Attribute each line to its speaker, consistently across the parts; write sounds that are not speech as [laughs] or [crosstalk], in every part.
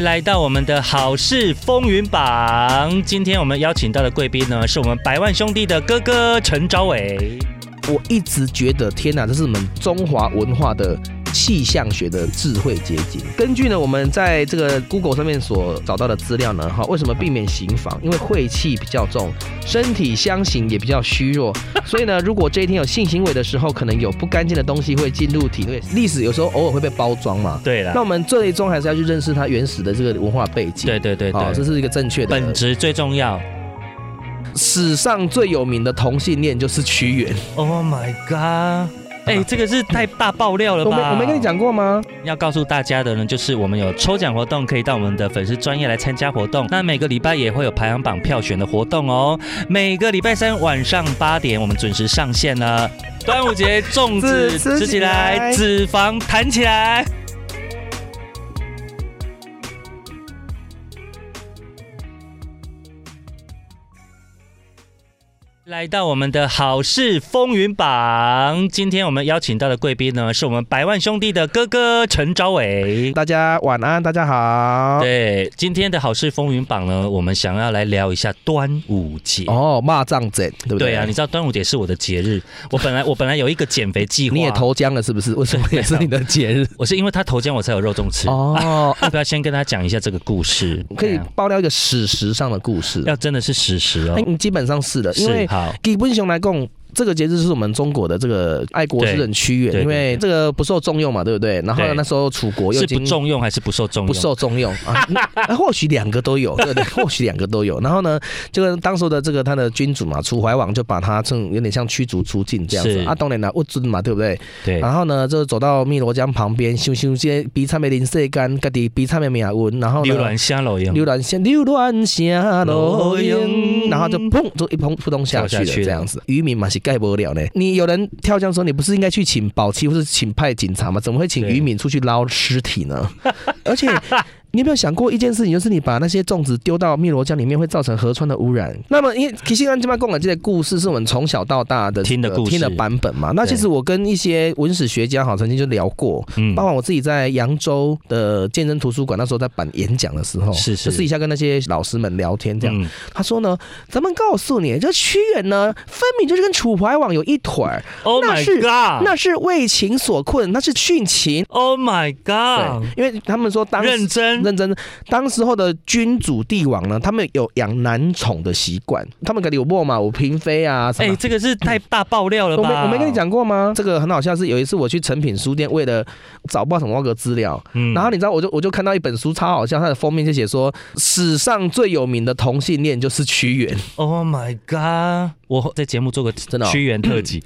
Speaker 1: 来到我们的好事风云榜，今天我们邀请到的贵宾呢，是我们百万兄弟的哥哥陈昭伟。
Speaker 2: 我一直觉得，天哪，这是我们中华文化的气象学的智慧结晶。根据呢，我们在这个 Google 上面所找到的资料呢，哈，为什么避免刑房？因为晦气比较重，身体相形也比较虚弱，所以呢，如果这一天有性行为的时候，可能有不干净的东西会进入体内。历史有时候偶尔会被包装嘛，
Speaker 1: 对
Speaker 2: 那
Speaker 1: 了，
Speaker 2: 我们最终还是要去认识它原始的这个文化背景。
Speaker 1: 对对对
Speaker 2: 好、
Speaker 1: 对，
Speaker 2: 这是一个正确的
Speaker 1: 本质最重要。
Speaker 2: 史上最有名的同性恋就是屈原，
Speaker 1: Oh my god！哎、这个是太大爆料了
Speaker 2: 我
Speaker 1: 吧？
Speaker 2: 没我没跟你，讲过吗？
Speaker 1: 要告诉大家的呢，就是我们有抽奖活动，可以到我们的粉丝专业来参加活动。那每个礼拜也会有排行榜票选的活动哦。每个礼拜三晚上八点，我们准时上线了。端午节粽子
Speaker 2: 自吃
Speaker 1: 吃起
Speaker 2: 起
Speaker 1: 来，
Speaker 2: 来
Speaker 1: 脂肪弹起来。来到我们的好事风云榜，今天我们邀请到的贵宾呢，是我们百万兄弟的哥哥陈昭伟。
Speaker 2: 大家晚安，大家好。
Speaker 1: 对，今天的好事风云榜呢，我们想要来聊一下端午节。
Speaker 2: 哦，骂仗贼，对不对？
Speaker 1: 对啊，你知道端午节是我的节日，我本来我 [laughs] 本来有一个减肥计划，
Speaker 2: 你也，投江了
Speaker 1: [laughs]
Speaker 2: 是不是？为什么也是你的节日？
Speaker 1: 我是因为他头肩我才有肉粽吃。 [laughs]
Speaker 2: 哦，
Speaker 1: 要不要先跟他讲一下这个故事？
Speaker 2: 可
Speaker 1: 对
Speaker 2: 以
Speaker 1: 啊
Speaker 2: 爆料一个史实上的故事。
Speaker 1: 要真的是史实哦
Speaker 2: 哎，，基本上是的，因
Speaker 1: 啊是
Speaker 2: 为
Speaker 1: 好，
Speaker 2: 基本上来讲。这个节日是我们中国的这个爱国诗人屈
Speaker 1: 对对
Speaker 2: 原，因为这个不受重用嘛，对不对？然后呢
Speaker 1: 对
Speaker 2: 那时候楚国又
Speaker 1: 是不
Speaker 2: 已经
Speaker 1: 重用还是不受重
Speaker 2: 不
Speaker 1: 用？
Speaker 2: 受重用啊， [laughs] 啊或许两个都有，对
Speaker 1: [laughs]
Speaker 2: 不对？或许两个都有。然后呢，这个当时的这个他的君主嘛，楚怀王就把他称有点像驱逐出境这样子
Speaker 1: 是
Speaker 2: 啊，当然了，物尊嘛，对不对？
Speaker 1: 对，
Speaker 2: 啊然后呢，就走到汨罗江旁边，想想这比惨的林世间，家己比惨的命运，然后
Speaker 1: 浏
Speaker 2: 呢，
Speaker 1: 览下楼用
Speaker 2: 浏览下浏览下落英，然后就砰，就一砰扑通下去
Speaker 1: 掉
Speaker 2: 了
Speaker 1: 下去了
Speaker 2: 这样子。渔民嘛是盖不了呢。你有人跳江的时候，你不是应该去请保期或是请派警察吗？怎么会请
Speaker 1: 对
Speaker 2: 渔民出去捞尸体
Speaker 1: [laughs]
Speaker 2: 呢？而且。你有没有想过一件事情，就是你把那些粽子丢到汨罗江里面，会造成河川的污染？那么，因为其实安这边共感这些故事是我们从小到大的
Speaker 1: 听的
Speaker 2: 呃
Speaker 1: 故事
Speaker 2: 听的版本嘛。那其实我跟一些文史学家哈曾经就聊过，
Speaker 1: 嗯
Speaker 2: 包括我自己在扬州的健身图书馆那时候在办演讲的时候，
Speaker 1: 是是
Speaker 2: 就私底下跟那些老师们聊天这样。
Speaker 1: 嗯
Speaker 2: 他说呢，咱们告诉你，这屈原呢，分明就是跟楚怀王有一腿儿，
Speaker 1: ，Oh
Speaker 2: 那
Speaker 1: my
Speaker 2: 是
Speaker 1: God，Oh
Speaker 2: 那是为情所困，那是殉情。
Speaker 1: Oh my
Speaker 2: 对
Speaker 1: God，，
Speaker 2: 因为他们说当
Speaker 1: 啊认
Speaker 2: 时
Speaker 1: 真，
Speaker 2: 认真，啊当时候的君主帝王呢，他们有养男宠的习惯，他们肯定有墨嘛，有嫔妃啊什
Speaker 1: 哎，
Speaker 2: 么。
Speaker 1: 这个是太大爆料了
Speaker 2: 我没
Speaker 1: 吧？
Speaker 2: 我没跟你，讲过吗？这个很好笑，是有一次我去诚品书店，为了找不到什么个资料，
Speaker 1: 嗯
Speaker 2: 然后你知道，我就我就看到一本书超好笑，它的封面就写说史上最有名的同性恋就是屈
Speaker 1: [laughs]
Speaker 2: 原。
Speaker 1: Oh my god！我在节目做个真
Speaker 2: 的哦
Speaker 1: 屈原特
Speaker 2: [laughs]
Speaker 1: 辑，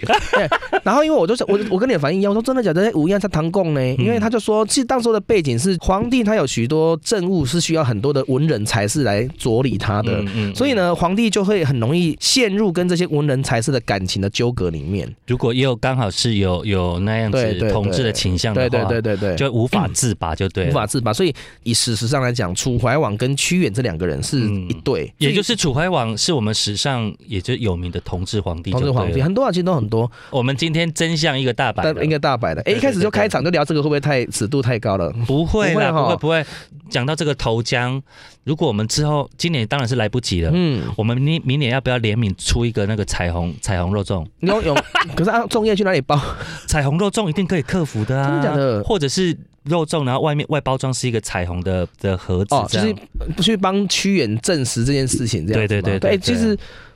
Speaker 2: 然后因为我就是我我跟你的反应一样，我说真的假的？吴彦在唐贡
Speaker 1: 嗯
Speaker 2: 呢？因为他就说，其实当时候的背景是皇帝他有许多政务是需要很多的文人才士来着理他的。
Speaker 1: 嗯嗯
Speaker 2: 所以呢，皇帝就会很容易陷入跟这些文人才士的感情的纠葛里面。
Speaker 1: 如果也有刚好是有有那样
Speaker 2: 对
Speaker 1: 子
Speaker 2: 对
Speaker 1: 统治的倾向的
Speaker 2: 对
Speaker 1: 话，
Speaker 2: 对对对对，
Speaker 1: 就无法自拔，就对了
Speaker 2: 无法自拔。所以以史实上来讲，楚怀王跟屈原这两个人是
Speaker 1: 嗯
Speaker 2: 一对，
Speaker 1: 也就是是楚怀王是我们史上也就有名的同治皇帝，
Speaker 2: 同治皇帝，。很多啊人其实都很多。
Speaker 1: 我们今天真相一个大白
Speaker 2: 但，应该大白的。哎、
Speaker 1: 对
Speaker 2: 一开始就开场就聊这个，会不会太尺度太高了？
Speaker 1: 不会啦，
Speaker 2: 不
Speaker 1: 不
Speaker 2: 会啊
Speaker 1: 会
Speaker 2: 哈
Speaker 1: 不会。讲到这个头浆，如果我们之后今年当然是来不及了，
Speaker 2: 嗯，
Speaker 1: 我们明明年要不要联名出一个那个彩虹彩虹肉粽？
Speaker 2: 你有
Speaker 1: [laughs]
Speaker 2: 有，可是啊，粽叶去哪里包？
Speaker 1: 彩虹肉粽一定可以克服的啊，
Speaker 2: 真的假的
Speaker 1: 或者是肉粽，然后外面外包装是一个彩虹的的盒子
Speaker 2: 哦，
Speaker 1: 这
Speaker 2: 就
Speaker 1: 样，
Speaker 2: 是不去帮屈原证实这件事情，这样子
Speaker 1: 对对对
Speaker 2: 嘛
Speaker 1: 对
Speaker 2: 对，
Speaker 1: 对
Speaker 2: 其实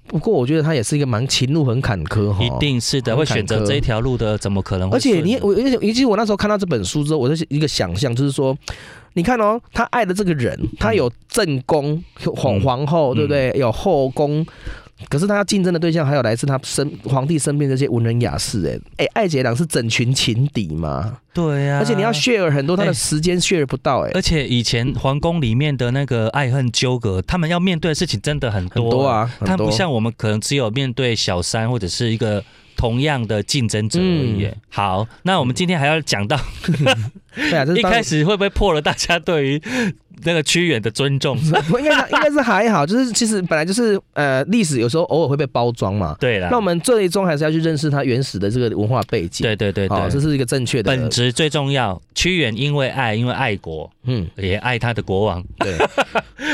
Speaker 2: 不过我觉得他也是一个蛮情路很坎坷哈。
Speaker 1: 一。定是的，
Speaker 2: 哦很
Speaker 1: 会
Speaker 2: 坎坷
Speaker 1: 选择这一条路的，怎么可能会
Speaker 2: 而
Speaker 1: 顺
Speaker 2: 且
Speaker 1: 呢？
Speaker 2: 你我，而且尤其我那时候看到这本书之后，我就是一个想象，就是说，你看哦，他爱的这个人，他有正宫、有皇
Speaker 1: 嗯
Speaker 2: 皇后，对不对？有后宫，可是他要竞争的对象还有来自他身皇帝身边这些文人雅士，哎哎，爱杰良是整群情敌嘛，
Speaker 1: 对呀、
Speaker 2: 而且你要 share 很多，他
Speaker 1: 哎
Speaker 2: 的时间 share 不到、哎、
Speaker 1: 而且以前皇宫里面的那个爱恨纠葛，他们要面对的事情真的很多
Speaker 2: 很多。啊，很
Speaker 1: 他们
Speaker 2: 多
Speaker 1: 不像我们，可能只有面对小三或者是一个同样的竞争者而已
Speaker 2: 嗯
Speaker 1: 耶。好，那我们今天还要讲到
Speaker 2: 对啊，这
Speaker 1: 一
Speaker 2: [laughs] 是当
Speaker 1: 开始会不会破了大家对于那个屈原的尊重。
Speaker 2: 应该是应该是还好，就是其实本来就是呃，历史有时候偶尔会被包装嘛。
Speaker 1: 对啊啦
Speaker 2: 那，我们最终还是要去认识它原始的这个文化背景。
Speaker 1: 对对对
Speaker 2: 好、哦这
Speaker 1: 对，
Speaker 2: 是一个正确的
Speaker 1: 本质最重要。屈原因为爱，因为爱国，
Speaker 2: 嗯，
Speaker 1: 也爱他的国
Speaker 2: [laughs]
Speaker 1: 王，
Speaker 2: 对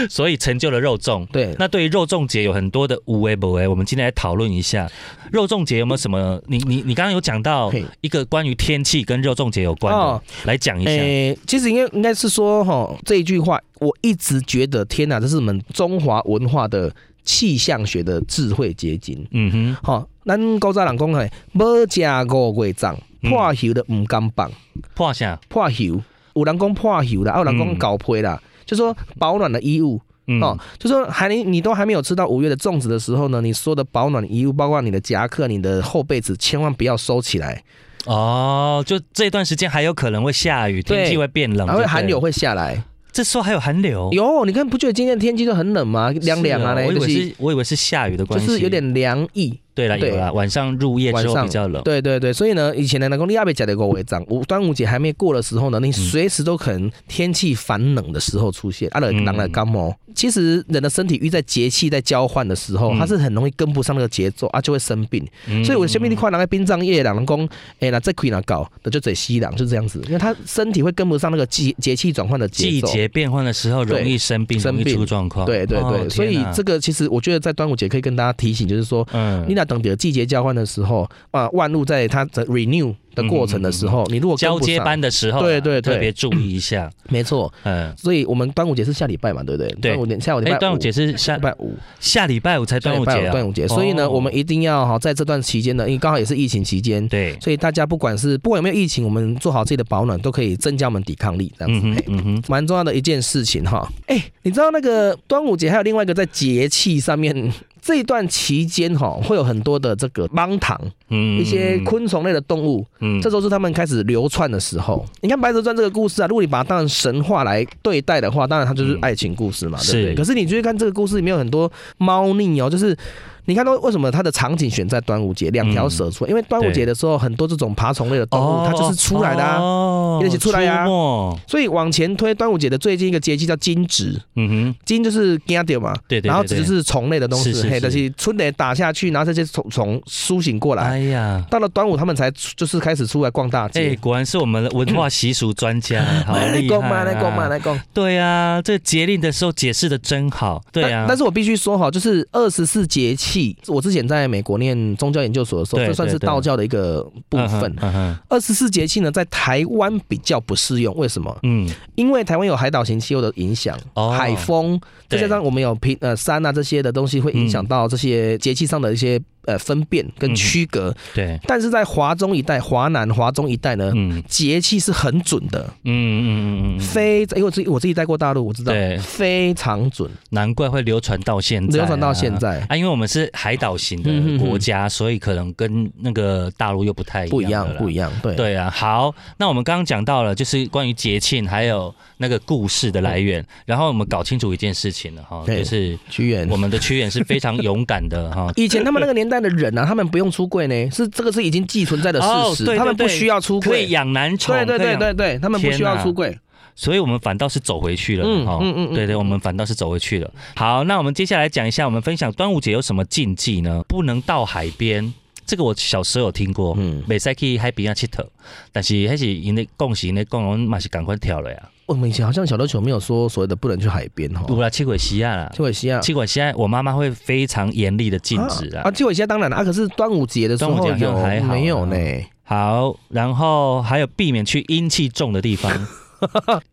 Speaker 1: 所以成就了肉粽。 [laughs]
Speaker 2: 对。
Speaker 1: 那对于肉粽节有很多的无为不为，我们今天来讨论一下肉粽节有没有什么？你你你刚刚有讲到
Speaker 2: 嗯嘿
Speaker 1: 一个关于天气跟肉粽节有关的，
Speaker 2: 哦
Speaker 1: 来讲一下。
Speaker 2: 诶、其实应该应该是说哈，这一句话我一直觉得，天哪，这是我们中华文化的气象学的智慧结晶。
Speaker 1: 嗯哼，
Speaker 2: 吼、咱古早人讲嘿，无食五月粽，
Speaker 1: 嗯
Speaker 2: 破袖的毋敢放，
Speaker 1: 破下，
Speaker 2: 破袖。有人讲破袖啦，啊有人讲
Speaker 1: 嗯
Speaker 2: 搞配啦，就说保暖的衣物
Speaker 1: 嗯，
Speaker 2: 哦，就说还你你都还没有吃到五月的粽子的时候呢，你说的保暖的衣物，包括你的夹克、你的厚被子，千万不要收起来，
Speaker 1: 哦，就这段时间还有可能会下雨，
Speaker 2: 对
Speaker 1: 天气会变冷，
Speaker 2: 还
Speaker 1: 就
Speaker 2: 会
Speaker 1: 对
Speaker 2: 寒流，会下来。
Speaker 1: 这时候还有寒流，
Speaker 2: 有，你看不觉得今天的天气都很冷吗？凉凉啊
Speaker 1: 哦是哦
Speaker 2: 嘞，
Speaker 1: 我以
Speaker 2: 就
Speaker 1: 为
Speaker 2: 是
Speaker 1: 是，我以为是下雨的
Speaker 2: 就
Speaker 1: 关系，
Speaker 2: 是有点凉意。
Speaker 1: 对了，
Speaker 2: 对
Speaker 1: 有了，晚上入夜之
Speaker 2: 晚
Speaker 1: 后
Speaker 2: 上
Speaker 1: 比较冷，
Speaker 2: 对对对，所以呢，以前呢，南宫利亚被夹的过违章，我端午节还没过的时候呢，你
Speaker 1: 嗯
Speaker 2: 随时都可能天气反冷的时候出现，啊，
Speaker 1: 嗯
Speaker 2: 人人的感冒。其实人的身体遇在节气在交换的时候，
Speaker 1: 嗯
Speaker 2: 它是很容易跟不上那个节奏啊，就会生病。所以我的生命力快，人在殡葬业，人人讲，哎，那这可以哪搞，那就嘴西凉，就这样子，因为他身体会跟不上那个季节气转换的节
Speaker 1: 季
Speaker 2: 奏。
Speaker 1: 节变换的时候容易生病，
Speaker 2: 生
Speaker 1: 容易
Speaker 2: 病
Speaker 1: 出状况，
Speaker 2: 对对
Speaker 1: 哦
Speaker 2: 对，所以
Speaker 1: 天哪
Speaker 2: 这个其实我觉得在端午节可以跟大家提醒，就是说
Speaker 1: 嗯
Speaker 2: 你。那等的季节交换的时候，啊，万物在它的 renew 的过程的时
Speaker 1: 嗯
Speaker 2: 候，你如果跟
Speaker 1: 交
Speaker 2: 不
Speaker 1: 接
Speaker 2: 上，
Speaker 1: 班的时候啊，
Speaker 2: 对对对
Speaker 1: 特别注意一下。
Speaker 2: [coughs] 没错。
Speaker 1: 嗯，
Speaker 2: 所以我们端午节是下礼拜嘛，对不对？
Speaker 1: 对
Speaker 2: 端午节下礼拜
Speaker 1: 哎，
Speaker 2: 五
Speaker 1: 端午节是下
Speaker 2: 礼拜五，
Speaker 1: 下礼拜五才端午
Speaker 2: 下礼
Speaker 1: 节
Speaker 2: 拜
Speaker 1: 啊，
Speaker 2: 端午节。所以呢，
Speaker 1: 哦
Speaker 2: 我们一定要哈，在这段期间呢，因为刚好也是疫情期间，
Speaker 1: 对，
Speaker 2: 所以大家不管是不管有没有疫情，我们做好自己的保暖，都可以增加我们抵抗力，这
Speaker 1: 嗯
Speaker 2: 样子。
Speaker 1: 哼
Speaker 2: 嘿
Speaker 1: 嗯哼，
Speaker 2: 蛮重要的一件事情哈，哎、你知道那个端午节还有另外一个在节气上面 [laughs] 这一段期间哈，会有很多的这个芒糖，
Speaker 1: 嗯，
Speaker 2: 一些昆虫类的动物，
Speaker 1: 嗯
Speaker 2: 这都是他们开始流窜的时候。你看《白蛇传》这个故事啊，如果你把它当成神话来对待的话，当然它就是爱情故事嘛，
Speaker 1: 嗯
Speaker 2: 对不
Speaker 1: 是
Speaker 2: 对？可是你去看这个故事里面有很多猫腻哦，就是。你看到为什么它的场景选在端午节，两条蛇
Speaker 1: 嗯
Speaker 2: 出来？因为端午节的时候，很多这种爬虫类的动物，它就是出来的啊。
Speaker 1: 哦
Speaker 2: 一起出来啊
Speaker 1: 出没
Speaker 2: 所以往前推，端午节的最近一个节气叫惊蛰，
Speaker 1: 嗯哼，
Speaker 2: 惊就是惊掉嘛，
Speaker 1: 对对对
Speaker 2: 然后蛰
Speaker 1: 对
Speaker 2: 是虫类的东西
Speaker 1: 是是，
Speaker 2: 嘿，
Speaker 1: 是
Speaker 2: 就是春雷打下去，然后这些虫虫苏醒过来，
Speaker 1: 哎呀。
Speaker 2: 到了端午，他们才出就是开始出来逛大
Speaker 1: 哎，
Speaker 2: 街。
Speaker 1: 果然是我们的文
Speaker 2: [laughs]
Speaker 1: 化习俗专家，好
Speaker 2: 来
Speaker 1: 厉啊
Speaker 2: 来逛嘛，来
Speaker 1: 害
Speaker 2: 逛嘛，
Speaker 1: 啊！
Speaker 2: 来逛。
Speaker 1: 对啊，这节令的时候解释的真好。对啊
Speaker 2: 但，但是我必须说哈，就是二十四节气，我之前在美国念宗教研究所的时候，
Speaker 1: 对
Speaker 2: 这算是
Speaker 1: 对对
Speaker 2: 道教的一个部分
Speaker 1: 嗯哼。嗯哼
Speaker 2: 二十四节气呢，在台湾比较不适用，为什么？
Speaker 1: 嗯，
Speaker 2: 因为台湾有海岛型气候的影响，
Speaker 1: 哦
Speaker 2: 海风，再
Speaker 1: 对
Speaker 2: 加上我们有平呃山啊这些的东西，会影响到这些节气上的一些呃分辨跟区隔。
Speaker 1: 对，
Speaker 2: 但是在华中一带、华南、华中一带呢，
Speaker 1: 嗯嗯
Speaker 2: 节气是很准的。
Speaker 1: 嗯
Speaker 2: [laughs]
Speaker 1: 嗯嗯嗯，
Speaker 2: 非，因为我自己我自己待过大陆，我知道，
Speaker 1: 对
Speaker 2: 非常准，
Speaker 1: 难怪会流传到现在，啊
Speaker 2: 流传到现。在。嗯
Speaker 1: 啊，因为我们是海岛型的国家，所以可能跟那个大陆又不太
Speaker 2: 不一样
Speaker 1: 了，啦
Speaker 2: 不一样，对
Speaker 1: 对啊，好，那我们刚刚讲到了，就是关于节庆还有那个故事的来源，然后我们搞清楚一件事情了哈，
Speaker 2: 嗯对
Speaker 1: 就是
Speaker 2: 屈原。
Speaker 1: 我。们的屈原是非常勇敢的哈
Speaker 2: [laughs] 以前他们那个年代的人啊，他们不用出柜呢，是这个是已经寄存在的事实，
Speaker 1: 哦对对
Speaker 2: 他们不需要出
Speaker 1: 可以
Speaker 2: 柜，
Speaker 1: 养男宠，
Speaker 2: 对对
Speaker 1: 可以
Speaker 2: 对
Speaker 1: 养，
Speaker 2: 对对，他们不需
Speaker 1: 天
Speaker 2: 要
Speaker 1: 哪
Speaker 2: 出柜，
Speaker 1: 所以我们反倒是走回去了，
Speaker 2: 嗯
Speaker 1: 哈、
Speaker 2: 嗯嗯嗯
Speaker 1: 对对，我们反倒是走回去了。好，那我们接下来讲一下，我们分享端午节有什么禁忌呢？不能到海边，这个我小时候有听过，
Speaker 2: 嗯，
Speaker 1: 袂使去海边啊佚佗，但是迄是因咧讲是因咧讲，阮嘛是赶快跳了呀。
Speaker 2: 我们以前好像小琉球没有说所谓的不能去海边哈，
Speaker 1: 有啦，七鬼西亚啦，
Speaker 2: 七尾西亚
Speaker 1: 七鬼西亚，我妈妈会非常严厉的禁止
Speaker 2: 啊，
Speaker 1: 啦。
Speaker 2: 七尾西亚当然了啊，可是端午节的时
Speaker 1: 端午
Speaker 2: 候
Speaker 1: 节好像
Speaker 2: 有
Speaker 1: 还好啊
Speaker 2: 没有呢？
Speaker 1: 好，然后还有避免去阴气重的地方，
Speaker 2: [laughs]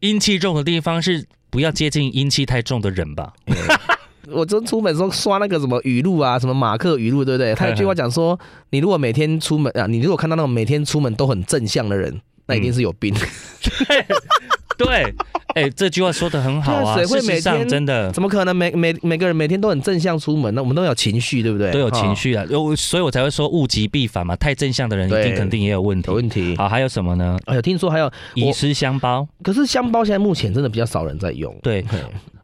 Speaker 1: 阴气重的地方是不要接近阴气太重的人吧。
Speaker 2: 我真出门的时候刷那个什么语录啊，什么马克语录，对不
Speaker 1: [laughs]
Speaker 2: 对？他有句话讲说，你如果每天出门啊，你如果看到那种每天出门都很正向的人，那一定是有病。
Speaker 1: 对，哎、这句话说的很好啊，
Speaker 2: 对啊谁会
Speaker 1: 事实
Speaker 2: 每
Speaker 1: 上
Speaker 2: 天
Speaker 1: 真的。
Speaker 2: 怎么可能每每每个人每天都很正向出门呢？我们都有情绪，对不对？
Speaker 1: 都有情
Speaker 2: 哈，
Speaker 1: 绪啊，有，所以我才会说物极必反嘛。太正向的人一定
Speaker 2: 对
Speaker 1: 肯定也有问题
Speaker 2: 有。问题。
Speaker 1: 好，还有什么呢？
Speaker 2: 哎呦，听说还有，
Speaker 1: 遗失香包，
Speaker 2: 可是香包现在目前真的比较少人在用。
Speaker 1: 对
Speaker 2: 嘿，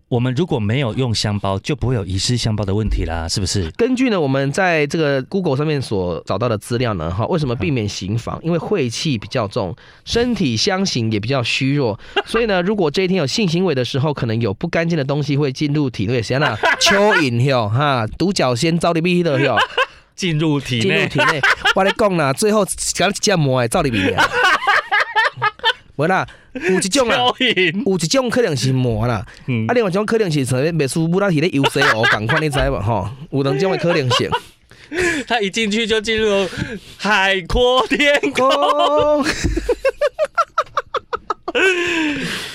Speaker 1: 我们如果没有用香包，就不会有遗失香包的问题啦，是不是？
Speaker 2: 根据呢我们在这个 Google 上面所找到的资料呢，哈，为什么避免刑房？因为晦气比较重，身体相形也比较
Speaker 1: [laughs]
Speaker 2: 虚弱，所以呢，如果这一天有性行为的时候，可能有不干净的东西会进入体内，谁那 [laughs] 蚯蚓哟哈，独角仙遭你逼的哟，
Speaker 1: 进入体
Speaker 2: 进入
Speaker 1: 内，
Speaker 2: 体内，我来讲啦，最后搞一只魔的照你逼啊，无啦，有一种啦。
Speaker 1: 蚯蚓，
Speaker 2: 有一种可能是魔啦，
Speaker 1: 啊嗯
Speaker 2: 啊，，另外一种可能是像秘书布拉提咧游西哦，共款你知无吼？有两种的可能性。嗯
Speaker 1: 他一进去就进入海阔天空。
Speaker 2: 哦，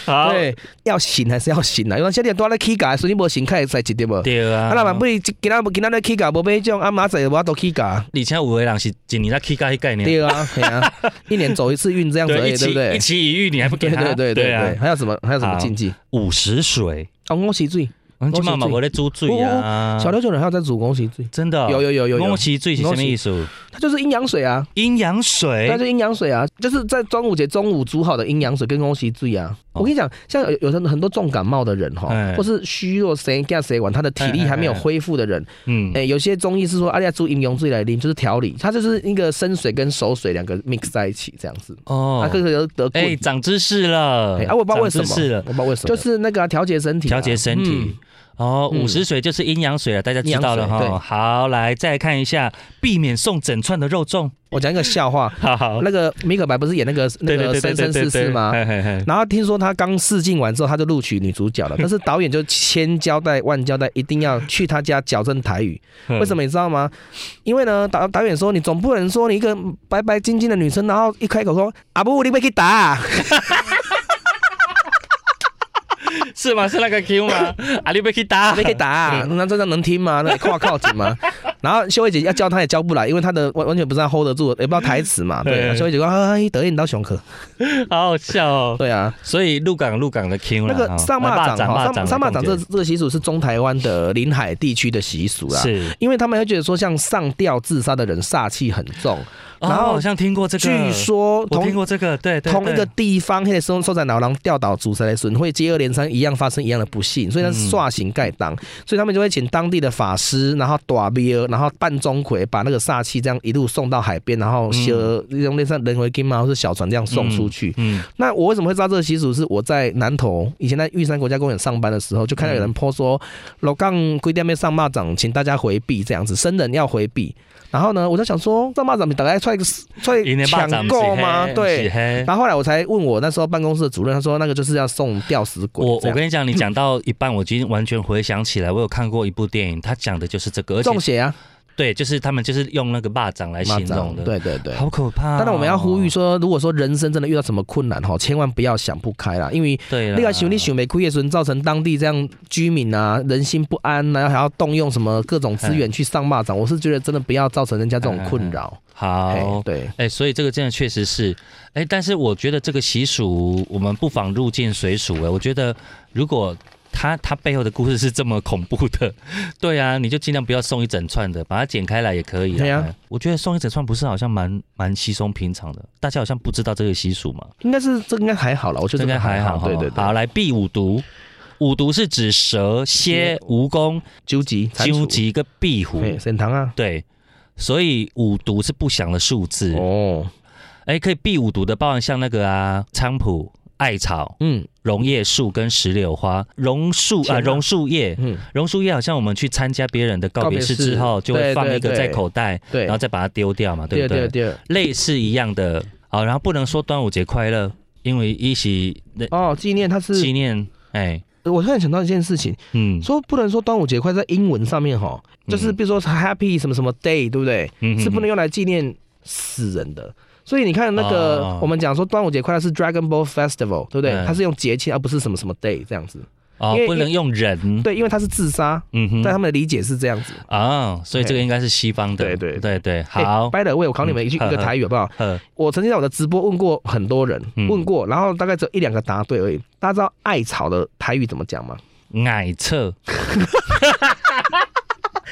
Speaker 1: 好，
Speaker 2: 对，要醒还是要醒啊？因为现在多咧起价，所以你无醒开会使一点无。啊，
Speaker 1: 对啊。
Speaker 2: 那万不如今仔今仔咧起价，无买种啊，明仔载我都起价。
Speaker 1: 以前五位人是一年在 K 加一概念，
Speaker 2: 对啊，对啊，一年走一次运这样子而
Speaker 1: 对，
Speaker 2: 已，
Speaker 1: 一
Speaker 2: 对
Speaker 1: 期
Speaker 2: 不对
Speaker 1: 一？期一遇，你还不给
Speaker 2: 对
Speaker 1: 他？
Speaker 2: [laughs] 对对对
Speaker 1: 啊
Speaker 2: 对，，还有什么还有什么
Speaker 1: 好
Speaker 2: 禁忌？
Speaker 1: 五十水，
Speaker 2: 哦，恭喜醉，
Speaker 1: 嗯，起码嘛，我在煮醉啊，
Speaker 2: 哦小六九人还有在煮恭喜醉，
Speaker 1: 真的哦，
Speaker 2: 有有有有有
Speaker 1: 宫，崎醉是什么意思？
Speaker 2: 它就是阴阳水啊，
Speaker 1: 阴阳
Speaker 2: 它
Speaker 1: 水
Speaker 2: 就，是阴阳水啊，就是在端午节中午煮好的阴阳水跟恭喜醉啊。我跟你讲，像有有的很多重感冒的人哈
Speaker 1: 哦哎，
Speaker 2: 或是虚弱谁干谁完，他的体力还没有恢复的人，
Speaker 1: 嗯
Speaker 2: 哎、，有些中医是说，阿利亚猪饮用水来淋，就是调理，它就是一个生水跟熟水两个 mix 在一起这样子。啊，
Speaker 1: 哦
Speaker 2: 这，个得得
Speaker 1: 哎，
Speaker 2: 棍。
Speaker 1: 长知识了
Speaker 2: 哎，啊，我不知道为什么，
Speaker 1: 长知识了
Speaker 2: 我不知道为什么，就是那个啊调节身体啊，
Speaker 1: 调节身体。哦，
Speaker 2: 嗯
Speaker 1: 五十水就是阴阳水了，大家知
Speaker 2: 阴阳
Speaker 1: 道了
Speaker 2: 水
Speaker 1: 哈。
Speaker 2: 对
Speaker 1: 好，来再看一下，避免送整串的肉粽。 [laughs]
Speaker 2: 我讲一个笑话，
Speaker 1: 好好，
Speaker 2: 那个米可白不是演那个那
Speaker 1: 对哦对对
Speaker 2: 个
Speaker 1: 对对
Speaker 2: 生生
Speaker 1: 对
Speaker 2: 世世
Speaker 1: 对，
Speaker 2: 吗？
Speaker 1: 嘿嘿嘿
Speaker 2: 然后听说他刚试镜完之后，他就录取女主角 [laughs] 了，但是导演就千交代万交代，一定要去他家矫正台 [laughs] 语。为什么你知道吗？因为呢，导导演说你总不能说你一个白白净净的女生，然后一开口说阿布你被去打 [laughs] 啊、
Speaker 1: [laughs] 是吗？是那个 Q
Speaker 2: [laughs]
Speaker 1: 吗？阿里贝克达，
Speaker 2: 被可以打、 [laughs] 啊，那这样能听吗？那跨靠紧 [laughs] 吗？然后秀慧姐要教她也教不来，因为她的完完全不是她 hold 得住，也不知道台词嘛。对，
Speaker 1: 对
Speaker 2: 秀慧姐说：“哎，得意你到熊壳。
Speaker 1: [laughs] 好好笑”哦。
Speaker 2: 对啊，
Speaker 1: 所以鹿港鹿港的 Q
Speaker 2: 哦那
Speaker 1: 啦
Speaker 2: 个
Speaker 1: 哈
Speaker 2: 上
Speaker 1: 来
Speaker 2: 蚂蚱
Speaker 1: 蚂
Speaker 2: 哈，
Speaker 1: 蚱
Speaker 2: 上上
Speaker 1: 来
Speaker 2: 蚂
Speaker 1: 共
Speaker 2: 蚱这这个习俗是中台湾的临海地区的习俗啊啦。
Speaker 1: 是，
Speaker 2: 因为他们会觉得说，像上吊自杀的人煞气很重，
Speaker 1: 哦
Speaker 2: 然后
Speaker 1: 好像听过这个，
Speaker 2: 据说
Speaker 1: 我听
Speaker 2: 同
Speaker 1: 过这个，对对，
Speaker 2: 同一
Speaker 1: 对
Speaker 2: 个地方，那个收收在脑囊吊倒主神来损，会接二连三一样发生一样的不幸，所以他
Speaker 1: 嗯
Speaker 2: 是刷刑盖当，所以他们就会请当地的法师，然后打鳖，然后扮钟馗，把那个煞气这样一路送到海边，然后修用那像人为金嘛，或是小船这样送出去。
Speaker 1: 嗯，
Speaker 2: 那我为什么会知道这个习俗？是我在南投以前在玉山国家公园上班的时候，就看到有人 po 说，老杠龟店面上蚂蚱，请大家回避这样子，生人要回避。然后呢，我就想说，上蚂蚱大概踹个踹
Speaker 1: 因为蚂蚱
Speaker 2: 哎抢购吗？对，
Speaker 1: 对。
Speaker 2: 然后后来我才问我那时候办公室的主任，他说那个就是要送吊死鬼
Speaker 1: 我我
Speaker 2: 这样。
Speaker 1: 跟你讲，你讲到一半，我已经完全回想起来，我有看过一部电影，它讲的就是这个，而且
Speaker 2: 中邪啊，
Speaker 1: 对，就是他们就是用那个蚂蚱来形
Speaker 2: 蚂
Speaker 1: 容
Speaker 2: 蚱，
Speaker 1: 的，
Speaker 2: 对对对。
Speaker 1: 好可怕哦。
Speaker 2: 当然，我们要呼吁说，如果说人生真的遇到什么困难哈，千万不要想不开啦，因为
Speaker 1: 对啦，啊
Speaker 2: 那个熊你熊没亏的时候，造成当地这样居民啊人心不安然后还要动用什么各种资源去上蚂蚱，我是觉得真的不要造成人家这种困扰。
Speaker 1: 好
Speaker 2: 嘿，对，
Speaker 1: 哎、所以这个真的确实是，哎、但是我觉得这个习俗，我们不妨入境随俗。哎，我觉得如果它它背后的故事是这么恐怖的，对啊，你就尽量不要送一整串的，把它剪开来也可以啦。
Speaker 2: 对啊
Speaker 1: 哎我觉得送一整串不是好像蛮蛮稀松平常的，大家好像不知道这个习俗嘛，
Speaker 2: 应该是这个应该还好了，我觉得
Speaker 1: 应该
Speaker 2: 这个
Speaker 1: 还好
Speaker 2: 好，
Speaker 1: 哈。
Speaker 2: 对对对
Speaker 1: 好，，来避五毒。五毒是指蛇、蝎、蜈蚣、
Speaker 2: 纠集
Speaker 1: 荆，棘跟壁虎，
Speaker 2: 哎，沈堂啊，
Speaker 1: 对，所以五毒是不祥的数字。
Speaker 2: 哦，
Speaker 1: 哎，可以避五毒的，包含像那个啊，菖蒲、艾草、
Speaker 2: 嗯
Speaker 1: 榕叶树跟石榴花。榕树
Speaker 2: 天
Speaker 1: 啊，
Speaker 2: 哪
Speaker 1: 榕树叶，
Speaker 2: 嗯，
Speaker 1: 榕树叶好像我们去参加别人的告别式之后，
Speaker 2: 告别式
Speaker 1: 就会
Speaker 2: 对
Speaker 1: 放一个
Speaker 2: 对
Speaker 1: 在
Speaker 2: 对
Speaker 1: 口袋，
Speaker 2: 对
Speaker 1: 然后，再把它丢掉嘛，对
Speaker 2: 对
Speaker 1: 不
Speaker 2: 对
Speaker 1: 对？
Speaker 2: 对，
Speaker 1: 类似一样的。好，然后不能说端午节快乐，因为一起那
Speaker 2: 哦，纪念它是
Speaker 1: 纪，念，哎，
Speaker 2: 我突然想到一件事情，
Speaker 1: 嗯，
Speaker 2: 说不能说端午节快在英文上面哈，就是
Speaker 1: 嗯
Speaker 2: 比如说 Happy 什么什么 Day，对不对？
Speaker 1: 嗯
Speaker 2: 是不能
Speaker 1: 嗯
Speaker 2: 用来纪念死人的。所以你看那个，
Speaker 1: 哦
Speaker 2: 我们讲说端午节快乐是 Dragon Ball Festival，对不对？
Speaker 1: 嗯
Speaker 2: 它是用节庆，而不是什么什么 day 这样子。
Speaker 1: 哦
Speaker 2: 因为，
Speaker 1: 不能用人，
Speaker 2: 对，因为它是自杀，
Speaker 1: 嗯
Speaker 2: 在他
Speaker 1: 哼，
Speaker 2: 们的理解是这样子。
Speaker 1: 啊，所以这个
Speaker 2: 嘿
Speaker 1: 应该是西方的，
Speaker 2: 对对哎
Speaker 1: 对对，好，
Speaker 2: 拜了喂，我考你们一句
Speaker 1: 嗯
Speaker 2: 一个台语好不好？
Speaker 1: 呃，
Speaker 2: 我曾经在我的直播问过很多人，
Speaker 1: 嗯
Speaker 2: 问过，然后大概只有一两个答对而已。大家知道艾草的台语怎么
Speaker 1: [laughs]
Speaker 2: 讲吗？哎
Speaker 1: 矮侧，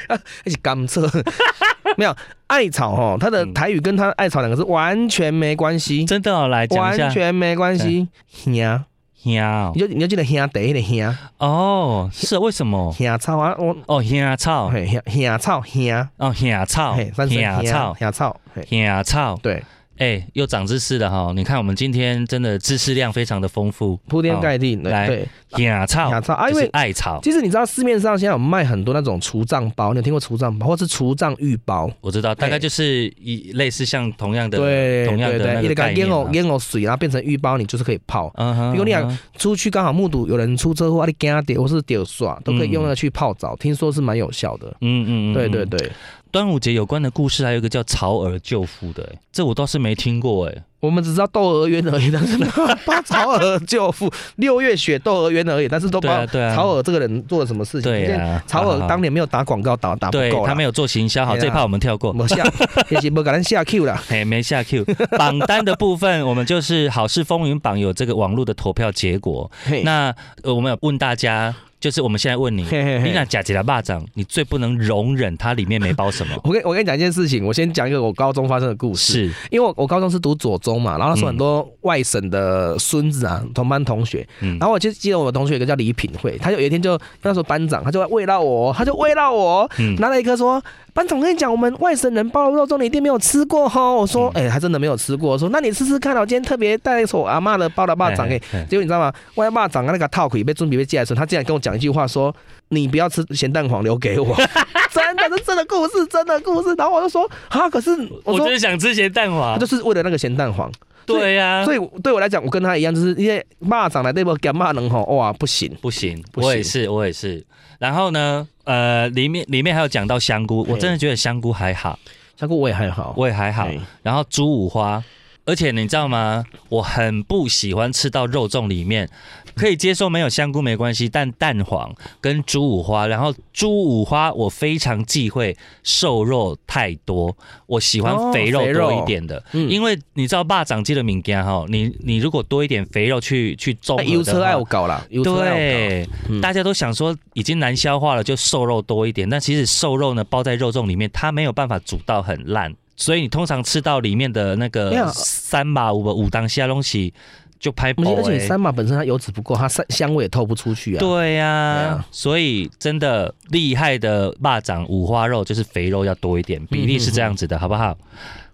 Speaker 2: 而且甘蔗 [laughs] 没有艾草哦，它的
Speaker 1: 嗯
Speaker 2: 台语跟它的艾草两个字完全没关系，
Speaker 1: 真的哦，来讲一下
Speaker 2: 完，全没关系。呀
Speaker 1: 香
Speaker 2: 你就你就记得香得的香
Speaker 1: 哦，是为什么？
Speaker 2: 香草啊，我
Speaker 1: 哦，香草，
Speaker 2: 嘿香香草香，
Speaker 1: 哦，香草，
Speaker 2: 嘿三声
Speaker 1: 香草，
Speaker 2: 香草，嘿
Speaker 1: 香草。
Speaker 2: 对，
Speaker 1: 哎，又长知识了哈！你看我们今天真的知识量非常的丰富，
Speaker 2: 铺天盖地，
Speaker 1: 来
Speaker 2: 对，
Speaker 1: 哦。香草
Speaker 2: 香草啊，因
Speaker 1: 就是哦
Speaker 2: 为
Speaker 1: 艾草，
Speaker 2: 其实你知道市面上现在有卖很多那种除障包，你有听过除障包或是除障浴包？
Speaker 1: 我知道，大概就是一类似像同样的
Speaker 2: 对
Speaker 1: 同样的
Speaker 2: 对
Speaker 1: 那
Speaker 2: 对，
Speaker 1: 个
Speaker 2: 你
Speaker 1: 概
Speaker 2: 给
Speaker 1: 念
Speaker 2: 烟
Speaker 1: 啊。
Speaker 2: 偶烟偶水，然后变成浴包，你就是可以泡。
Speaker 1: 嗯哼，
Speaker 2: 哦比如你讲
Speaker 1: 嗯哼
Speaker 2: 出去刚好目睹有人出车祸，啊，你给他点或是丢耍，都可以用那个去泡澡，听说是蛮有效的。
Speaker 1: 嗯嗯，嗯
Speaker 2: 对对。
Speaker 1: 嗯
Speaker 2: 对，
Speaker 1: 端午节有关的故事，还有一个叫曹娥救夫的、哎这我倒是没听过哎、
Speaker 2: 我们只知道窦娥冤而已，但是 [laughs] 没有八曹娥舅父六月雪窦娥冤而已，但是都不知道
Speaker 1: 对啊对啊
Speaker 2: 曹娥这个人做了什么事情。
Speaker 1: 对
Speaker 2: 因为
Speaker 1: 呀、啊，
Speaker 2: 曹娥当
Speaker 1: 年
Speaker 2: 年没有打广告打打不
Speaker 1: 对
Speaker 2: 够
Speaker 1: 他没
Speaker 2: 有，
Speaker 1: 有做行销，好，
Speaker 2: 对啊
Speaker 1: 这一趴我们跳过。[laughs]
Speaker 2: 没下，也是没给咱下 Q 啦。
Speaker 1: 哎，没下 Q。榜 [laughs] 单的部分，我们就是好事风云榜有这个网络的投票结果。
Speaker 2: 嘿
Speaker 1: 那、呃、我们有问大家，就是我们现在 [laughs] 问你，
Speaker 2: 嘿嘿嘿
Speaker 1: 你俩假吉拉巴掌，你最不能容忍它里面没包什
Speaker 2: [laughs]
Speaker 1: 么？
Speaker 2: 我跟我跟你讲一件事情，我先讲一个我高中发生的故事。
Speaker 1: 是，
Speaker 2: 因为我我高中是读左中嘛，然后那时候很多外省的孙子啊，同班同学，
Speaker 1: 嗯
Speaker 2: 然后我就记得我同学有一个叫李品慧，他就有一天就那时候班长，他就喂到我，他就喂到我，
Speaker 1: 嗯
Speaker 2: 拿了一颗说，班长我跟你讲，我们外省人包的肉粽你一定没有吃过哈，我说，
Speaker 1: 嗯
Speaker 2: 哎、还真的没有吃过，我说那你试试看啊，我今天特别带一首阿嬷的包的巴掌给你。
Speaker 1: 哎哎
Speaker 2: 结果你知道吗？外巴掌啊，那个套口被尊比被借来的时候，他竟然跟我讲一句话说：“你不要吃咸蛋黄，留给我。” [laughs] 真的是真的故事，真的故事。然后我就说：“啊，可是我
Speaker 1: 我
Speaker 2: 说
Speaker 1: 就是想吃咸蛋
Speaker 2: 他
Speaker 1: 黄
Speaker 2: 就。是为了那个咸蛋黄。
Speaker 1: 对呀、
Speaker 2: 所以对我来啊讲，我跟他一样，就是因为蚂蚱来对不干蚂能吼，哇不行，
Speaker 1: 不行，
Speaker 2: 不
Speaker 1: 我也
Speaker 2: 行
Speaker 1: 是，我也是。然后呢，呃，里面里面还有讲到香菇，我
Speaker 2: 嘿
Speaker 1: 真的觉得香菇还好，
Speaker 2: 香菇我也还好，
Speaker 1: [laughs] 我也还好。
Speaker 2: 嘿
Speaker 1: 然后猪五花，而且你知道吗？我很不喜欢吃到肉粽里面，可以接受没有香菇没关系，但蛋黄跟猪五花，然后猪五花我非常忌讳瘦肉太多，我喜欢
Speaker 2: 哦
Speaker 1: 肥肉
Speaker 2: 肥肉
Speaker 1: 多一点的，
Speaker 2: 嗯
Speaker 1: 因为你知道霸掌鸡的敏感哈，你你如果多一点肥肉去去综合
Speaker 2: 那油车
Speaker 1: 的话
Speaker 2: 爱我搞啦，油车爱我
Speaker 1: 对，
Speaker 2: 嗯
Speaker 1: 大家都想说已经难消化了，就瘦肉多一点。但其实瘦肉呢，包在肉粽里面，它没有办法煮到很烂，所以你通常吃到里面的那
Speaker 2: 没有
Speaker 1: 个三把五五当下东西就拍
Speaker 2: 搞，
Speaker 1: 薄、
Speaker 2: 而且你
Speaker 1: 欸。
Speaker 2: 三马本身它油脂不够，它香香味也透不出去啊。
Speaker 1: 对呀、
Speaker 2: 对啊
Speaker 1: 所以真的厉害的蚂蚱五花肉就是肥肉要多一
Speaker 2: 嗯
Speaker 1: 点，比例是这样子的，好不好？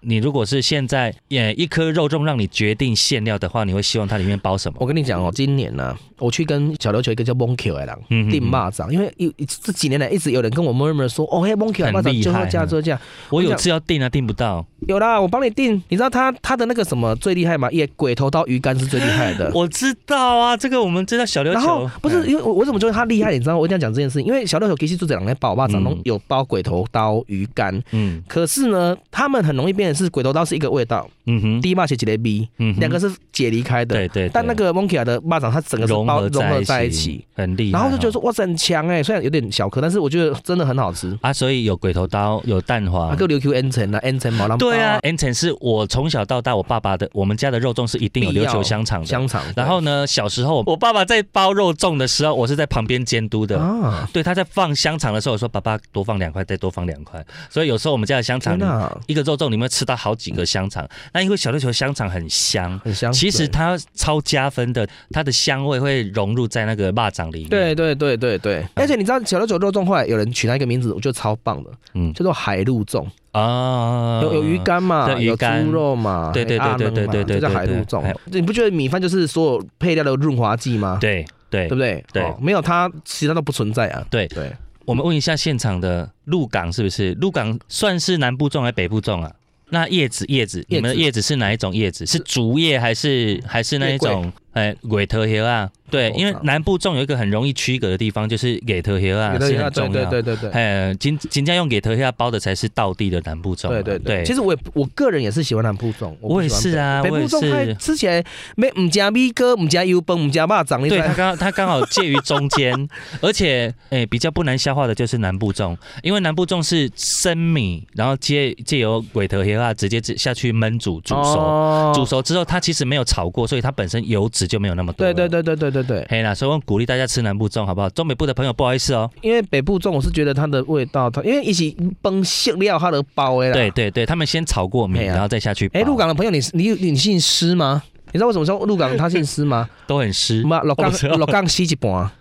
Speaker 1: 你如果是现在也一颗肉粽让你决定馅料的话，你会希望它里面包什么？
Speaker 2: 我跟你讲哦，今年呢、我去跟小琉球一个叫 Monkey 的人
Speaker 1: 嗯
Speaker 2: 订蚂蚱，因为一这几年来一直有人跟我 murmur 说，哦，嘿 Monkey 的
Speaker 1: 很
Speaker 2: 蚂蚱
Speaker 1: 厉
Speaker 2: 就
Speaker 1: 害
Speaker 2: 这价
Speaker 1: 嗯
Speaker 2: 就价，
Speaker 1: 我有
Speaker 2: 我想
Speaker 1: 次要订啊，订不到。
Speaker 2: 有啦，我帮你订。你知道他他的那个什么最厉害吗？也鬼头刀鱼竿是最厉害的。
Speaker 1: [laughs] 我知道啊，这个我们知道小琉球。
Speaker 2: 然后不是
Speaker 1: 嗯
Speaker 2: 因为我我怎么觉得他厉害？你知道我一定要讲这件事，因为小六有其实就这两天包我爸掌中
Speaker 1: 嗯
Speaker 2: 有包鬼头刀、鱼干，
Speaker 1: 嗯
Speaker 2: 可是呢，他们很容易变成是鬼头刀是一个味道，
Speaker 1: 嗯哼，
Speaker 2: 第一骂是几类 B，
Speaker 1: 嗯哼
Speaker 2: 两个是解离开的，
Speaker 1: 对对，对
Speaker 2: 但那个 Monkey 啊的巴掌它整个是
Speaker 1: 融
Speaker 2: 包
Speaker 1: 合
Speaker 2: 融合在一起
Speaker 1: 起，，很厉害
Speaker 2: 然
Speaker 1: 哦。
Speaker 2: 后就觉得说哇，这很强哎，虽然有点小颗，但是我觉得真的很好吃。
Speaker 1: 啊，所以有鬼头刀，有蛋
Speaker 2: 啊，
Speaker 1: 黄。
Speaker 2: 给我留 Q N 层啊，N 层毛囊包
Speaker 1: 对啊，，N 层是我从小到大，我爸爸的我们家的肉粽是一定有
Speaker 2: 必要
Speaker 1: 琉球香肠的。
Speaker 2: 香肠，
Speaker 1: 然后呢，小时候我爸爸在包肉粽的时候，我是在旁边监督
Speaker 2: 对
Speaker 1: 的。
Speaker 2: 啊，
Speaker 1: 对，他在放香肠的时候，我说爸爸多放两块，再多放两块。所以有时候我们家的香肠
Speaker 2: 天，哪，
Speaker 1: 一个肉粽里面吃到好几个香肠。那因为小琉球香肠很香，
Speaker 2: 很香。
Speaker 1: 其实它超加分的，它的香味会融入在那个蚂蚱里面。，
Speaker 2: 对对对对
Speaker 1: 嗯
Speaker 2: 对，而且你知道小六九肉粽后来有人取它一个名字，我觉得超棒的，
Speaker 1: 嗯
Speaker 2: 叫做海陆粽，
Speaker 1: 啊，
Speaker 2: 有有鱼。干嘛，
Speaker 1: 对
Speaker 2: 有
Speaker 1: 鱼干
Speaker 2: 猪肉嘛，
Speaker 1: 对对对
Speaker 2: 还有
Speaker 1: 对
Speaker 2: 鸭
Speaker 1: 对
Speaker 2: 嘛
Speaker 1: 对对
Speaker 2: 这叫
Speaker 1: 对
Speaker 2: 海陆
Speaker 1: 对
Speaker 2: 粽
Speaker 1: 哎。
Speaker 2: 你不觉得米饭就是所有配料的润滑剂吗？
Speaker 1: 对对
Speaker 2: 对不对？
Speaker 1: 对啊
Speaker 2: 哦没有它，其他都不存在啊。
Speaker 1: 对
Speaker 2: 对，
Speaker 1: 我们问一下现场的鹿港是不是？鹿港算是南部种还是北部种啊？那叶子叶子，你们的叶子是哪一种叶子？是竹叶还是还是那一种？哎，鬼头叶啊，对，
Speaker 2: 哦
Speaker 1: 因为南部种有一个很容易区隔的地方，就是给头叶啊，
Speaker 2: 有的
Speaker 1: 是
Speaker 2: 有的
Speaker 1: 很
Speaker 2: 对
Speaker 1: 重
Speaker 2: 对
Speaker 1: 要。
Speaker 2: 对对对。
Speaker 1: 哎，金金家用给头叶包的才是道地的南部种啊。
Speaker 2: 对对对，其
Speaker 1: 实
Speaker 2: 实我也我个人也是喜欢南部粽，不
Speaker 1: 我也
Speaker 2: 喜欢
Speaker 1: 是啊
Speaker 2: 北
Speaker 1: 我
Speaker 2: 北
Speaker 1: 也
Speaker 2: 部粽
Speaker 1: 是
Speaker 2: 它吃起来没唔加米哥，唔加油崩，唔加蚂蚱，你
Speaker 1: 对
Speaker 2: 知道
Speaker 1: 它刚它刚好介于中
Speaker 2: [laughs]
Speaker 1: 间，而且诶、比较不难消化的就是南部粽，因为南部粽是生米，然后借借由鬼头黑啊直接下去焖煮煮熟，
Speaker 2: 哦
Speaker 1: 煮熟之后它其实没有炒过，所以它本身油脂就没有那么多。
Speaker 2: 对对。对对对对对，
Speaker 1: 嘿啦，所以我鼓励大家吃南部粽，好不好？中北部的朋友不好意思哦。
Speaker 2: 因为北部粽我是觉得它的味道，它因为一起崩馅料它的包哎啦。
Speaker 1: 对，对对，他们先炒过米，
Speaker 2: 嘿啊
Speaker 1: 然后再下去包。
Speaker 2: 哎，鹿港的朋友，你是你你姓施吗？你知道为什么说鹿港他姓
Speaker 1: [laughs]
Speaker 2: 施吗？
Speaker 1: 都很湿。
Speaker 2: 嘛，鹿港
Speaker 1: 我知道
Speaker 2: 鹿港西一半，啊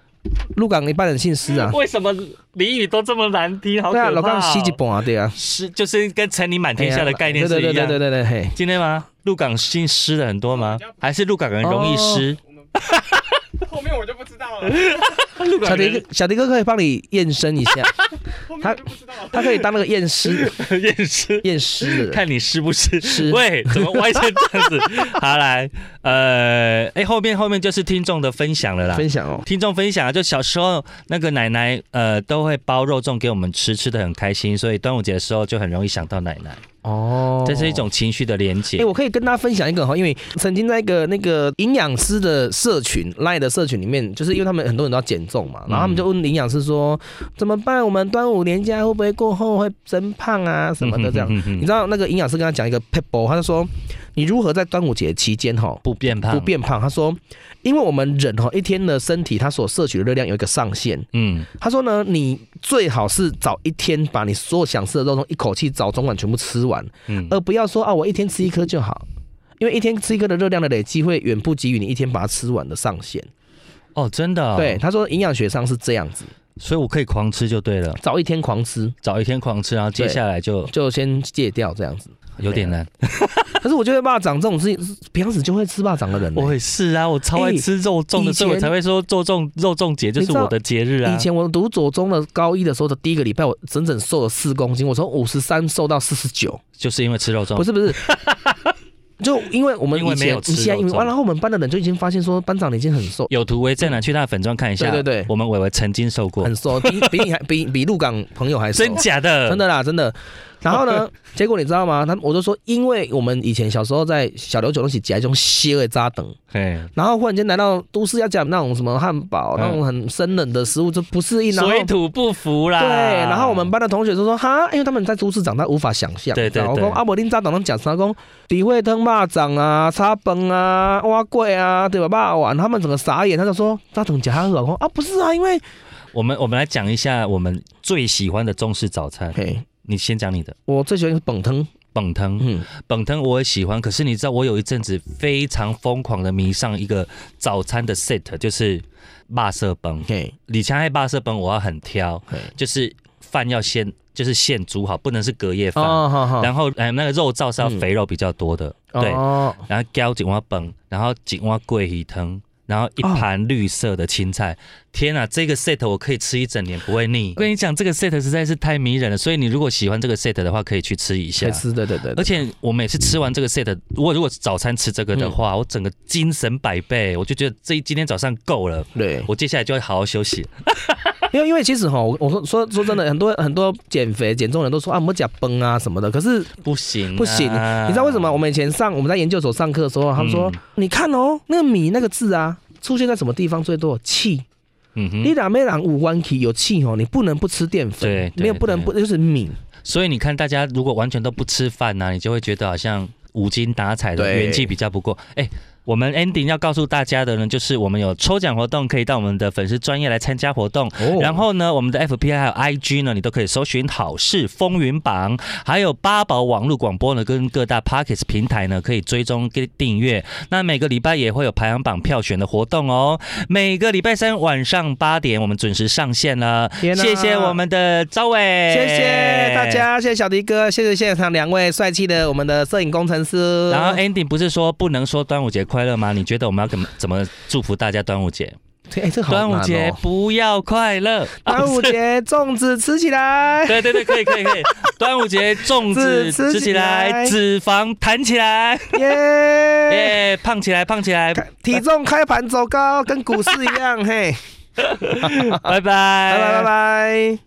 Speaker 2: 鹿港一半人姓
Speaker 1: [laughs]
Speaker 2: 施啊。
Speaker 1: 为什么俚语都这么难听？好
Speaker 2: 对啊，
Speaker 1: 可
Speaker 2: 鹿
Speaker 1: 怕、
Speaker 2: 港西一
Speaker 1: 哦！
Speaker 2: 半啊，对啊。
Speaker 1: 湿就是跟成你满天下的概念是
Speaker 2: 对
Speaker 1: 一
Speaker 2: 对
Speaker 1: 样
Speaker 2: 对
Speaker 1: 的。
Speaker 2: 对对对对，嘿，
Speaker 1: 今天吗？鹿港姓湿的很多吗？还是鹿港人容易湿？
Speaker 3: 后面我就不知道了，
Speaker 1: 鹿
Speaker 2: 小
Speaker 1: 港
Speaker 2: 迪
Speaker 1: 人
Speaker 2: 哥，小迪哥可以帮你验身一下，
Speaker 3: 后面我就不知道了。
Speaker 2: 他可以当那个
Speaker 1: [laughs]
Speaker 2: 验尸 [laughs]
Speaker 1: 也湿，
Speaker 2: 验尸的人。
Speaker 1: 看你湿不湿。
Speaker 2: 湿
Speaker 1: 喂，怎么歪成这
Speaker 2: [laughs]
Speaker 1: 样子？好来，呃，哎，后面后面就是听众的分享了啦。
Speaker 2: 分享哦，
Speaker 1: 听众分享啊，就小时候那个奶奶，呃，都会包肉粽给我们吃，吃的很开心，所以端午节的时候就很容易想到奶奶，
Speaker 2: 哦
Speaker 1: 这是一。种情绪的连
Speaker 2: 哎、
Speaker 1: 接。
Speaker 2: 我可以跟大家分享一个哈，因为曾经在一个那个营养师的社群赖的社群里面，就是因为他们很多人都要减重
Speaker 1: 嗯
Speaker 2: 嘛，然后他们就问营养师说、怎么办？我们端午年假会不会过后会增胖啊什么的这样？
Speaker 1: 嗯哼哼哼
Speaker 2: 你知道那个营养师跟他讲一个 p e b b l 他就说你如何在端午节期间哈
Speaker 1: 不变胖，
Speaker 2: 不，变胖？他说，因为我们人哈一天的身体它所摄取的热量有一个上限，
Speaker 1: 嗯，
Speaker 2: 他说呢，你最好是早一天把你所有想吃的肉粽一口气早中晚全部吃完，
Speaker 1: 嗯
Speaker 2: 而不要说啊我一天吃一颗就好，因为一天吃一颗的热量的累积会远不及于你一天把它吃完的上限。
Speaker 1: 哦，真的、哦，
Speaker 2: 对，，他说营养学上是这样子，
Speaker 1: 所以我可以狂吃就对了，
Speaker 2: 早一天狂吃
Speaker 1: 早一天狂吃，然后接下来就
Speaker 2: 就先戒掉这样子。
Speaker 1: 有点难。
Speaker 2: 可是我觉得蚂长这种事情，平常时就会吃蚂长的人呢、
Speaker 1: 我也是啊，我超爱吃肉粽的，
Speaker 2: 哎以前
Speaker 1: 所以我才会说肉粽肉粽节就是我的节日啊
Speaker 2: 以。前我读左中的高一的时候的第一个礼拜，我整整瘦了四公斤，我从五十三瘦到四十九。
Speaker 1: 就是因为吃肉粽，
Speaker 2: 不是
Speaker 1: [laughs]
Speaker 2: 不是，就因为我们
Speaker 1: 因为
Speaker 2: 以
Speaker 1: 没
Speaker 2: 前
Speaker 1: 有吃
Speaker 2: 你现在因为
Speaker 1: 肉粽
Speaker 2: 然后我们班的人就已经发现说班长你已经很
Speaker 1: [laughs]
Speaker 2: 瘦，
Speaker 1: 有图为证啊，去他的粉砖看一下。
Speaker 2: 对对对
Speaker 1: 我们伟伟曾经瘦过，
Speaker 2: 很瘦，哦比比你还比比鹿港朋友还
Speaker 1: [laughs]
Speaker 2: 瘦，
Speaker 1: 真假的？
Speaker 2: 真的啦，真的。然后
Speaker 1: [laughs]
Speaker 2: 呢，结果你知道吗？他我就说，因为我们以前小时候在小琉球都是夹一种蟹的扎等，
Speaker 1: 嘿，
Speaker 2: 然后忽然间来到都市要讲那种什么汉堡、
Speaker 1: 嗯
Speaker 2: 那种很生冷的食物，就不适应，然后
Speaker 1: 水土不服啦。
Speaker 2: 对，然后我们班的同学就说哈，因为他们在都市长大无法想象，
Speaker 1: 对对
Speaker 2: 然后
Speaker 1: 对
Speaker 2: 说啊阿伯林扎长讲啥讲，底会汤蚂蚱啊、叉本啊、蛙贵啊，对吧？霸碗，他们整个傻眼，他就说他怎么讲他老公啊？不是啊，因为
Speaker 1: 我们我们来讲一下我们最喜欢的中式早餐。
Speaker 2: 嘿，
Speaker 1: 你先讲你的
Speaker 2: 我最喜欢是本汤，
Speaker 1: 本汤，
Speaker 2: 嗯，
Speaker 1: 本汤我也喜欢。可是你知道，我有一阵子非常疯狂的迷上一个早餐的 set，就是霸色崩。
Speaker 2: 嘿，
Speaker 1: 李强爱霸色崩，我要很挑
Speaker 2: 嘿，
Speaker 1: 就是饭要先就是现煮好，不能是隔夜饭。
Speaker 2: 哦，好好，
Speaker 1: 然后，哎，那个肉燥是要
Speaker 2: 嗯
Speaker 1: 肥肉比较多的，对。
Speaker 2: 哦，
Speaker 1: 然后浇几碗崩，然后几碗桂鱼汤，然后一盘绿色的青菜。天啊，这个 set 我可以吃一整年不会腻。
Speaker 2: 哦
Speaker 1: 我跟你讲，这个 set 实在是太迷人了，所以你如果喜欢这个 set 的话，可以去吃一下
Speaker 2: 也。是，对对对
Speaker 1: 而
Speaker 2: 对，
Speaker 1: 且我每次吃完这个 set，我如果早餐吃这个的
Speaker 2: 嗯
Speaker 1: 话，我整个精神百倍，我就觉得这今天早上够了，
Speaker 2: 对，
Speaker 1: 我接下来就会好好休息。
Speaker 2: 因为因为其实哈，我我说说说真的，很多很多减肥减重的人都说啊，我们讲崩啊什么的，可是
Speaker 1: 不行、啊
Speaker 2: 不行，你知道为什么？我
Speaker 1: 们
Speaker 2: 们以前上我们在研究所上课的时候，他们说：“
Speaker 1: 嗯
Speaker 2: 你看哦，那个米那个字啊，出现在什么地方最多？气。
Speaker 1: 嗯
Speaker 2: 你
Speaker 1: 哼，
Speaker 2: 哪没两五弯气有气哦，你不能不吃淀粉，
Speaker 1: 对对
Speaker 2: 没有不能不就是米。
Speaker 1: 所以你看，大家如果完全都不吃饭啊呐、你就会觉得好像无精打采的，
Speaker 2: 对
Speaker 1: 元气比较不够。哎、我们 ending 要告诉大家的呢，就是我们有抽奖活动，可以到我们的粉丝专业来参加活动。
Speaker 2: 哦
Speaker 1: 然后呢，我们的 FP 还有 IG 呢，你都可以搜寻“好事风云榜”，还有八宝网络广播呢，跟各大 Pockets 平台呢可以追踪跟订阅。那每个礼拜也会有排行榜票选的活动哦，每个礼拜三晚上八点我们准时上线了。
Speaker 2: 天啊
Speaker 1: 谢谢我们的招伟，
Speaker 2: 谢谢
Speaker 1: 哎
Speaker 2: 大。家，谢谢小迪哥，谢谢现场两位帅气的我们的摄影工程师。
Speaker 1: 然后哎 ending 不是说不能说端午节快乐吗？你觉得我们要怎么怎么祝福大家端午节？
Speaker 2: 哎、这好难
Speaker 1: 端午节
Speaker 2: 哦。
Speaker 1: 不要快乐，
Speaker 2: 端午节粽子吃起来。
Speaker 1: 对对对，可以可以可以。端午节粽子
Speaker 2: 自
Speaker 1: 吃
Speaker 2: 吃
Speaker 1: 起
Speaker 2: 起来
Speaker 1: 来，脂肪弹起来，
Speaker 2: 耶！
Speaker 1: [laughs] 耶、胖起来胖起 [laughs] 来，
Speaker 2: 开 [laughs] 体重开盘走高，跟股市一样。嘿，
Speaker 1: 拜拜
Speaker 2: 拜拜拜拜。